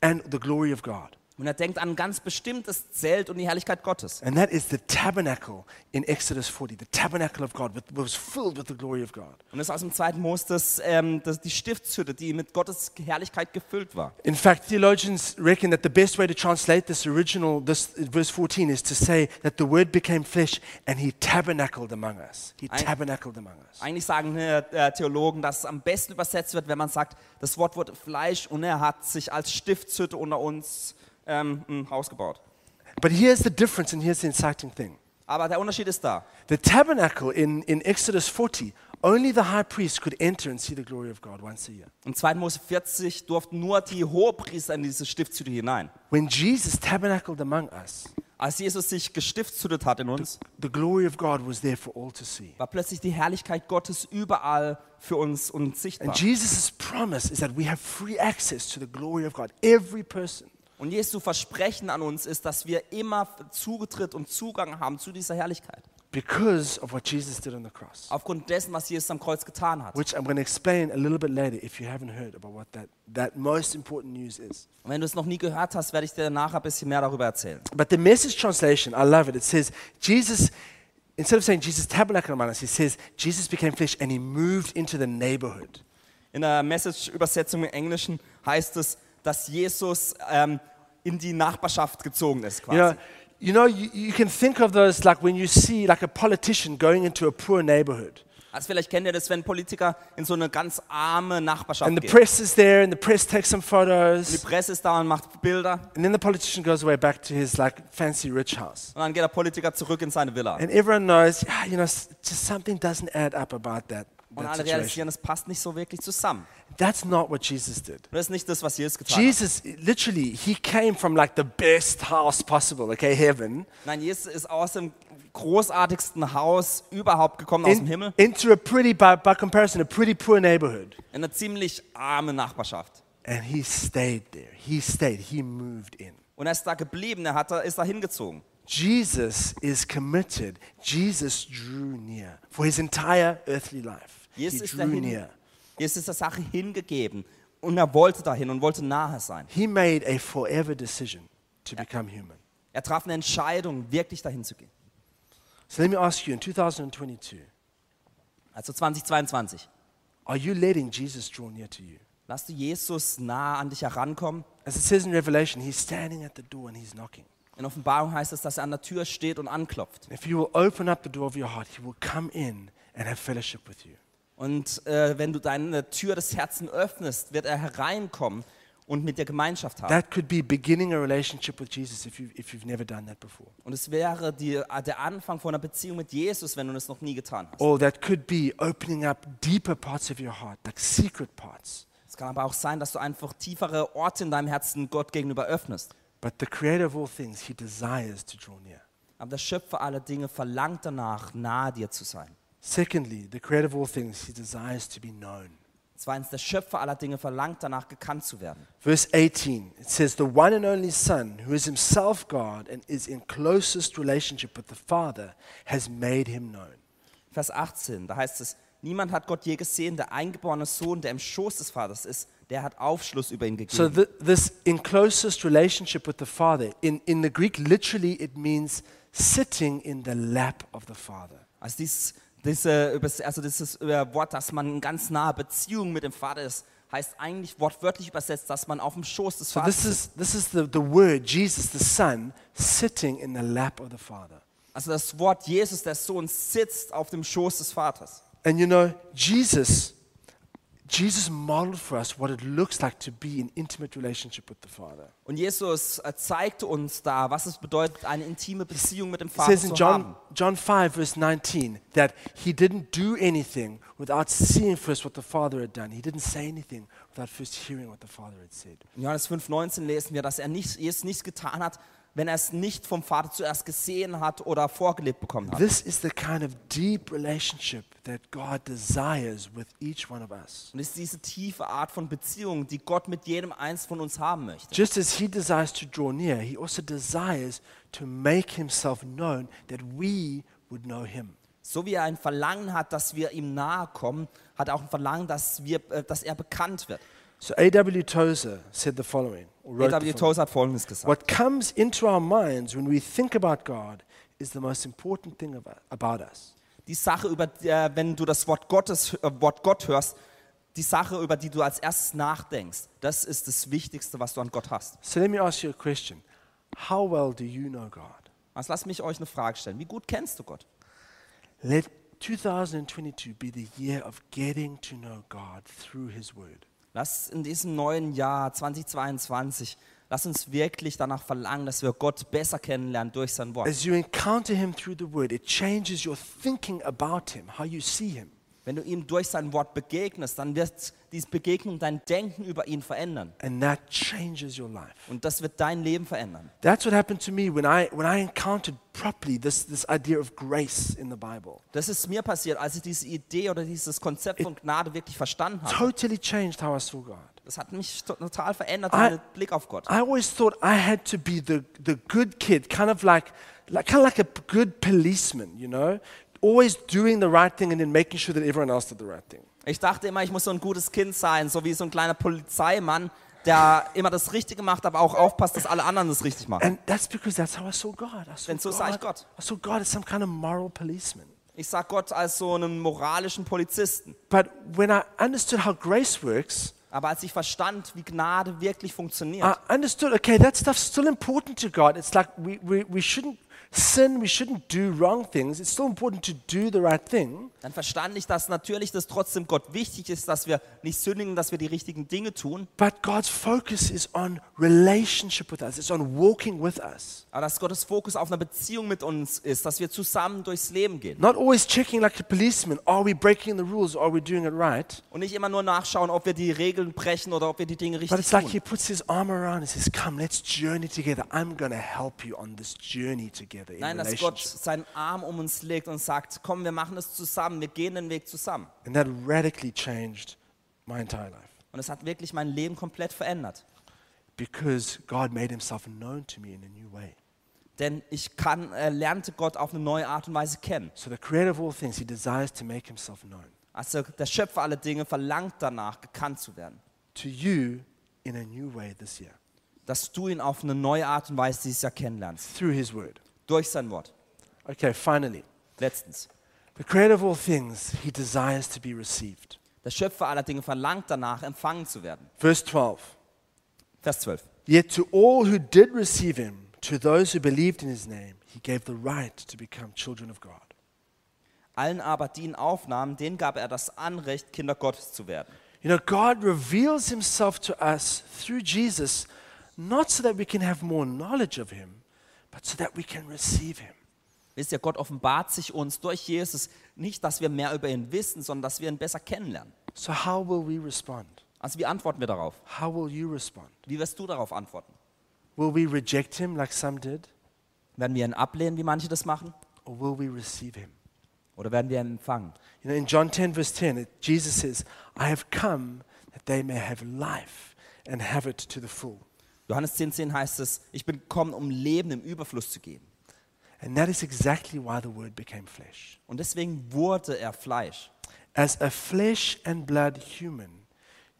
and the glory of God. Und er denkt an ein ganz bestimmtes Zelt und die Herrlichkeit Gottes. And that is the tabernacle in Exodus 40, the tabernacle of God with- was filled with the glory of God. Und das ist aus dem zweiten Moses das, ähm, das, die Stiftshütte, die mit Gottes Herrlichkeit gefüllt war. In fact, theologians reckon that the best way to translate this original, this verse 14, is to say that the Word became flesh and He tabernacled among us. He tabernacled among us. Eigentlich sagen äh, äh, Theologen, dass es am besten übersetzt wird, wenn man sagt, das Wort wurde Fleisch und er hat sich als Stiftshütte unter uns ähm, ein Haus gebaut. But here's the difference, and here's the inciting thing: Aber der Unterschied ist da. the tabernacle in, in Exodus 40, only the high priest could enter and see the glory of God once a year. Im 2. Mose 40 durften nur die Hohepriester in diese Stiftshütte hinein. When Jesus tabernacled among us, Als Jesus sich gestiftshüttet hat in uns, the glory of God was there for all to see. war plötzlich die Herrlichkeit Gottes überall für uns und And sichtbar. Jesus' promise is that we have free access to the glory of God, every person. Und Jesu Versprechen an uns ist, dass wir immer Zutritt und Zugang haben zu dieser Herrlichkeit. Because of what Jesus did on the cross. Aufgrund dessen, was Jesus am Kreuz getan hat. Und which I'm going to explain a little bit later if you haven't heard about what that, that most important news is. wenn du es noch nie gehört hast, werde ich dir nachher ein bisschen mehr darüber erzählen. But the message translation, I love it. It says, Jesus, instead of saying Jesus tabernacle among us, he says, Jesus became flesh and he moved into the neighborhood. In der Message-Übersetzung im Englischen heißt es, dass Jesus ähm, in die Nachbarschaft gezogen ist You know, quasi. you, know you, you can think of those like when you see like a politician going into a poor neighborhood. Also vielleicht kennt ihr das, wenn Politiker in so eine ganz arme Nachbarschaft And the gehen. press is there and the press takes some Die photos. Presse ist da und macht Bilder. And then the politician goes away back to his like fancy rich house. Und dann geht der Politiker zurück in seine Villa. And everyone knows, "Ah, you know, s- just something doesn't add up about that, Und that alle situation. realisieren, das passt nicht so wirklich zusammen. That's not what Jesus did. Und das ist nicht das, was Jesus getan hat. Jesus, literally, he came from like the best house possible, okay, heaven, Nein, Jesus ist aus dem großartigsten Haus überhaupt gekommen, aus dem in- Himmel, into a pretty, by, by comparison, a pretty poor neighborhood. in eine ziemlich arme Nachbarschaft. And he stayed there. He stayed. He moved in. Und er ist da geblieben, er hat, da- ist da hingezogen. Jesus is committed. Jesus drew near for his entire earthly life. Jesus he ist drew dahin. near. Jesus ist der Sache hingegeben. Und er wollte dahin und wollte nahe sein. He made a forever decision to become human. Er traf eine Entscheidung, wirklich dahin zu gehen. So let me ask you in 2022, Also 2022. are you letting Jesus draw near to you? Lass du Jesus nah an dich herankommen. As it says in Revelation, he's standing at the door and he's knocking. In Offenbarung heißt es, dass er an der Tür steht und anklopft. If you will open up the door of your heart, he will come in and have fellowship with you. Und äh, wenn du deine Tür des Herzens öffnest, wird er hereinkommen und mit dir Gemeinschaft haben. That could be beginning a relationship with Jesus if, you, if you've never done that before. Und es wäre die, äh, der Anfang von einer Beziehung mit Jesus, wenn du das noch nie getan hast. Or that could be opening up deeper parts of your heart, like secret parts. Es kann aber auch sein, dass du einfach tiefere Orte in deinem Herzen Gott gegenüber öffnest. But the creator of all things, he desires to draw near. Aber der Schöpfer aller Dinge verlangt danach, nahe dir zu sein. Secondly, the creator of all things, he desires to be known. Zweitens, der Schöpfer aller Dinge verlangt danach, gekannt zu werden. Verse 18, it says, The one and only Son, who is himself God and is in closest relationship with the Father, has made him known. Vers 18, da heißt es, niemand hat Gott je gesehen, der eingeborene Sohn, der im Schoß des Vaters ist, der hat Aufschluss über ihn gegeben. So th- this in closest relationship with the Father, in, in the Greek, literally it means sitting in the lap of the Father. Also dieses, diese, Übers- also dieses äh, Wort, dass man in ganz naher Beziehung mit dem Vater ist, heißt eigentlich wortwörtlich übersetzt, dass man auf dem Schoß des So Vaters this is, this is the, the word, Jesus the Son, sitting in the lap of the Father. Also das Wort Jesus, der Sohn, sitzt auf dem Schoß des Vaters. And you know, Jesus, Jesus modeled for us what it looks like to be in intimate relationship with the Father. Und Jesus äh, zeigte uns da, was es bedeutet, eine intime Beziehung mit dem It Vater says in zu John, haben. John 5, verse 19, that he didn't do anything without seeing first what the Father had done. He didn't say anything without first hearing what the Father had said. In Johannes 5,19 lesen wir, dass er nicht, Jesus nichts getan hat, wenn er es nicht vom Vater zuerst gesehen hat oder vorgelebt bekommen hat. This is the kind of deep relationship that God desires with each one of us. Und es ist diese tiefe Art von Beziehung, die Gott mit jedem eins von uns haben möchte. Just as he desires to draw near, he also desires to make himself known that we would know him. So wie er ein Verlangen hat, dass wir ihm nahe kommen, hat er auch ein Verlangen, dass, wir, äh, dass er bekannt wird. So A.W. Tozer said the following. Or wrote the A.W. following. Tozer hat Folgendes gesagt. What comes into our minds when we think about God is the most important thing about, about us. die Sache, über äh, wenn du das Wort Gottes, äh, Wort Gott hörst, die Sache, über die du als erstes nachdenkst, das ist das Wichtigste, was du an Gott hast. So let me ask you a question. How well do you know God? Also lasst mich euch eine Frage stellen. Wie gut kennst du Gott? Let 2022 be the year of getting to know God through His Word. Lass in diesem neuen Jahr 2022, lass uns wirklich danach verlangen, dass wir Gott besser kennenlernen durch sein Wort. As you encounter Him through the Word, it changes your thinking about Him, how you see Him. Wenn du ihm durch sein Wort begegnest, dann wird diese Begegnung dein Denken über ihn verändern. And that changes your life. Und das wird dein Leben verändern. That's what happened to me when I, when I encountered properly this, this idea of grace in the Bible. Das ist mir passiert, als ich diese Idee oder dieses Konzept von Gnade wirklich verstanden habe. Totally changed how I saw God. Das hat mich to- total verändert, I- meinen Blick auf Gott. I always thought I had to be the, the good kid, kind of like, like kind of like a p- good policeman, you know, always doing the right thing and then making sure that everyone else did the right thing. Ich dachte immer, ich muss so ein gutes Kind sein, so wie so ein kleiner Polizeimann, der immer das Richtige macht, aber auch aufpasst, dass alle anderen das richtig machen. And that's because that's how I saw God. I saw Then so sah ich God, Gott. I saw God as some kind of moral policeman. Ich sah Gott als so einen moralischen Polizisten. But when I understood how grace works, Aber als ich verstand, wie Gnade wirklich funktioniert, I understood, okay, that stuff's still important to God. It's like we, we, we shouldn't sin, we shouldn't do wrong things. It's still important to do the right thing. dann verstand ich, dass natürlich das trotzdem Gott wichtig ist, dass wir nicht sündigen, dass wir die richtigen Dinge tun, But God's focus is on relationship with us, it's on walking with us. aber dass Gottes Fokus auf einer Beziehung mit uns ist, dass wir zusammen durchs Leben gehen. Not always checking like a policeman are we breaking the rules, are we doing it right? Und nicht immer nur nachschauen, ob wir die Regeln brechen oder ob wir die Dinge richtig But it's like tun. He puts His arm around and says, Come, let's journey together. I'm going to help you on this journey together in Nein, dass Gott relationship. seinen Arm um uns legt und sagt, komm, wir machen es zusammen, wir gehen den Weg zusammen. And that radically changed my entire life Und es hat wirklich mein Leben komplett verändert. because God made Himself known to me in a new way. Denn ich kann, äh, lernte Gott auf eine neue Art und Weise kennen. So, the creator of all things, He desires to make Himself known Also der Schöpfer aller Dinge verlangt danach, gekannt zu werden. to you in a new way this year Dass du ihn auf eine neue Art und Weise dieses Jahr kennenlernst. through His word. Durch sein Wort. Okay, finally. Letztens. The creator of all things, he desires to be received. Der Schöpfer aller Dinge verlangt danach, empfangen zu werden. Verse 12. Vers 12. Yet to all who did receive him, to those who believed in his name, he gave the right to become children of God. Allen aber, die ihn aufnahmen, denen gab er das Anrecht, Kinder Gottes zu werden. You know, God reveals himself to us through Jesus, not so that we can have more knowledge of him, but so that we can receive him. Wisst ihr, Gott offenbart sich uns durch Jesus nicht, dass wir mehr über ihn wissen, sondern dass wir ihn besser kennenlernen. So, how will we respond? Also wie antworten wir darauf? How will you respond? Wie wirst du darauf antworten? Will we reject him like some did, Werden wir ihn ablehnen, wie manche das machen? or will we receive him? Oder werden wir ihn empfangen? You know, in John 10, verse 10, it, Jesus says, I have come that they may have life and have it to the full. Johannes 10,10 10 heißt es, ich bin gekommen, um Leben im Überfluss zu geben. And that is exactly why the Word became flesh. Und deswegen wurde er Fleisch. As a flesh and blood human,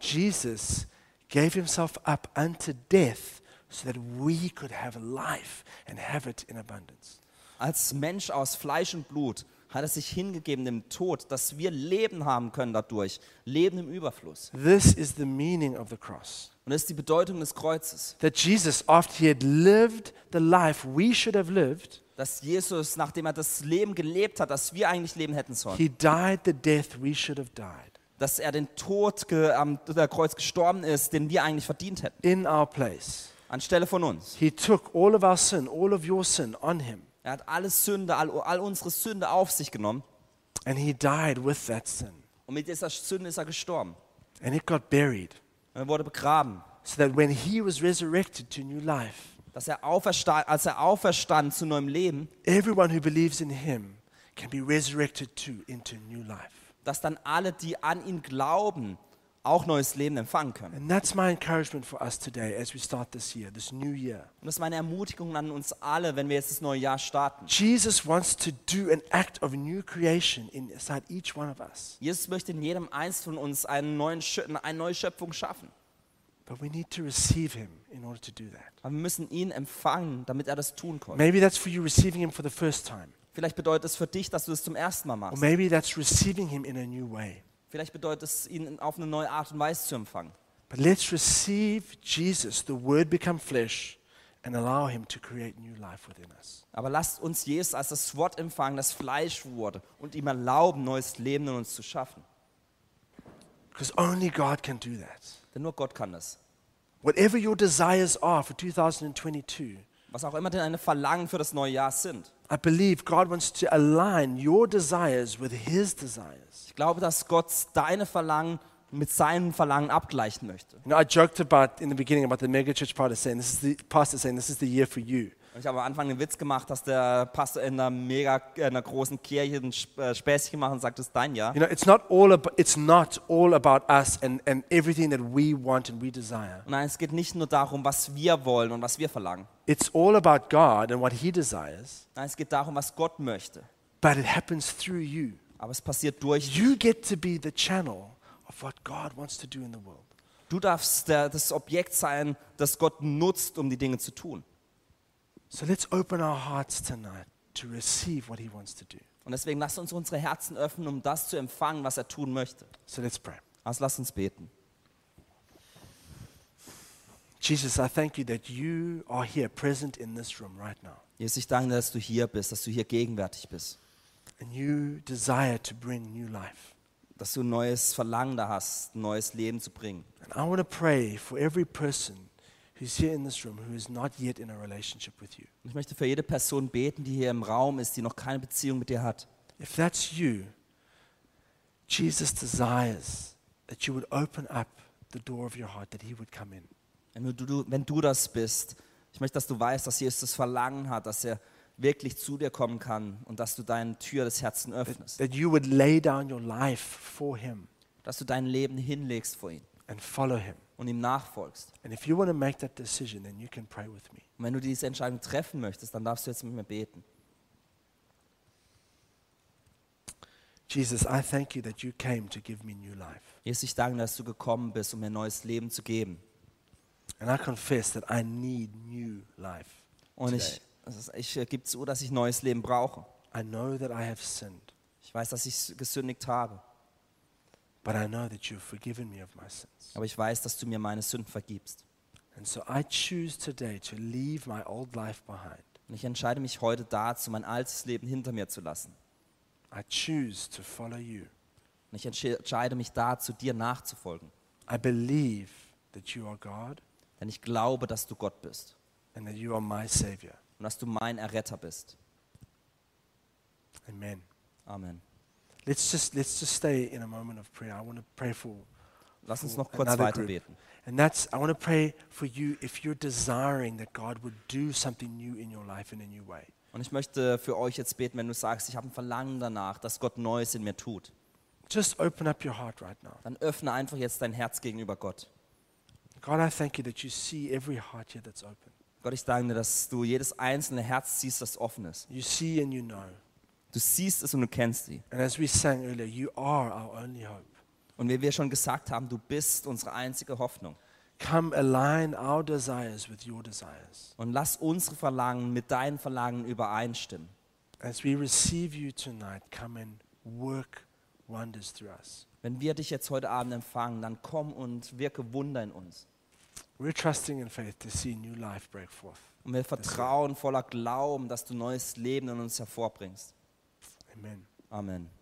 Jesus gave himself up unto death so that we could have life and have it in abundance. Als Mensch aus Fleisch und Blut hat er sich hingegeben dem Tod, dass wir Leben haben können dadurch. Leben im Überfluss. This is the meaning of the cross. Und das ist die Bedeutung des Kreuzes. That Jesus, after he had lived the life we should have lived, Dass Jesus, nachdem er das Leben gelebt hat, das wir eigentlich leben hätten sollen, he died the death we should have died dass er den Tod ge, am der Kreuz gestorben ist, den wir eigentlich verdient hätten, in our place. anstelle von uns. He took all of our sin, all of your sin on him, Er hat alle Sünde, all, all unsere Sünde auf sich genommen and he died with that sin. und mit dieser Sünde ist er gestorben. And it got buried Und er wurde begraben. so that when he was resurrected to new life, Dass er auferstand, als er auferstand zu neuem Leben, everyone who believes in him can be resurrected too into new life. dass dann alle, die an ihn glauben, auch neues Leben empfangen können. And that's my encouragement for us today as we start this year, this new year. Und das ist meine Ermutigung an uns alle, wenn wir jetzt das neue Jahr starten. Jesus wants to do an act of new creation inside each one of us, Jesus möchte in jedem Einzelnen von uns einen neuen Schö- eine neue Schöpfung schaffen. but we need to receive him in order to do that. Aber wir müssen ihn empfangen, damit er das tun kann. Maybe that's for you receiving him for the first time, Vielleicht bedeutet es für dich, dass du es das zum ersten Mal or machst. maybe that's receiving him in a new way. Vielleicht bedeutet es, ihn auf eine neue Art und Weise zu empfangen. But let's receive Jesus, the Word become flesh, and allow Him to create new life within us. Aber lasst uns Jesus als das Wort empfangen, das Fleisch wurde und ihm erlauben, neues Leben in uns zu schaffen. Because only God can do that. Denn nur Gott kann das. Whatever your desires are for 2022, Was auch immer denn deine Verlangen für das neue Jahr sind. I believe God wants to align your desires with His desires. Ich glaube, dass Gott deine Verlangen mit seinen Verlangen abgleichen möchte. You know, I joked about in the beginning about the megachurch pastor saying, "This is the pastor saying this is the year for you." Und ich habe am Anfang einen Witz gemacht, dass der Pastor in einer mega, in einer großen Kirche ein Sp- äh, Späßchen macht und sagt, das ist dein Jahr. You know, it's not all about, it's not all about us and, and everything that we want and we desire. Nein, es geht nicht nur darum, was wir wollen und was wir verlangen. It's all about God and what He desires, Nein, es geht darum, was Gott möchte. but it happens through you. Aber es passiert durch. You get to be the channel of what God wants to do in the world. Du darfst der, das Objekt sein, das Gott nutzt, um die Dinge zu tun. So let's open our hearts tonight to receive what He wants to do. Und deswegen lasst uns unsere Herzen öffnen, um das zu empfangen, was er tun möchte. So let's pray. Also lasst uns beten. Jesus, I thank you that you are here present in this room right now. Jesus, ich danke dir, dass du hier bist, dass du hier gegenwärtig bist. And you desire to bring new life. Dass du ein neues Verlangen da hast, ein neues Leben zu bringen. And I want to pray for every person who's here in this room who is not yet in a relationship with you. Und ich möchte für jede Person beten, die hier im Raum ist, die noch keine Beziehung mit dir hat. If that's you, Jesus desires that you would open up the door of your heart, that He would come in. Wenn du, du, wenn du das bist, ich möchte, dass du weißt, dass Jesus das Verlangen hat, dass er wirklich zu dir kommen kann und dass du deine Tür des Herzens öffnest, that you would lay down your life for him dass du dein Leben hinlegst vor ihn and follow him. und ihm nachfolgst. And if you want to make that decision, then you can pray with me. Und wenn du diese Entscheidung treffen möchtest, dann darfst du jetzt mit mir beten. Jesus, I thank you that you came to give me new life. Jesus, ich danke, dir, dass du gekommen bist, um mir neues Leben zu geben. And I confess that I need new life. Und ich, ich äh, gebe zu, dass ich neues Leben brauche. I know that I have sinned, Ich weiß, dass ich gesündigt habe, but I know that you've forgiven me of my sins. aber ich weiß, dass du mir meine Sünden vergibst. And so I choose today to leave my old life behind. Und ich entscheide mich heute dazu, mein altes Leben hinter mir zu lassen. I choose to follow you. Und ich entsche- entscheide mich dazu, dir nachzufolgen. I believe that you are God Denn ich glaube, dass du Gott bist and that you are my Savior. und dass du mein Erretter bist. Amen. Amen. Let's just let's just stay in a moment of prayer. I want to pray for Lass uns for noch kurz another weiter group. beten. And that's I want to pray for you if you're desiring that God would do something new in your life in a new way. Und ich möchte für euch jetzt beten, wenn du sagst, ich habe ein Verlangen danach, dass Gott Neues in mir tut. Just open up your heart right now. Dann öffne einfach jetzt dein Herz gegenüber Gott. God, I thank you that you see every heart here that's open. Gott, ich danke dir, dass du jedes einzelne Herz siehst, das offen ist. You see and you know. Du siehst es und du kennst sie. And as we sang earlier, you are our only hope. Und wie wir schon gesagt haben, du bist unsere einzige Hoffnung. Come align our desires with your desires. Und lass unsere Verlangen mit deinen Verlangen übereinstimmen. As we receive you tonight, come and work wonders through us. Wenn wir dich jetzt heute Abend empfangen, dann komm und wirke Wunder in uns. We're trusting in faith to see new life break forth. Und wir vertrauen voller Glauben, dass du neues Leben in uns hervorbringst. Amen. Amen.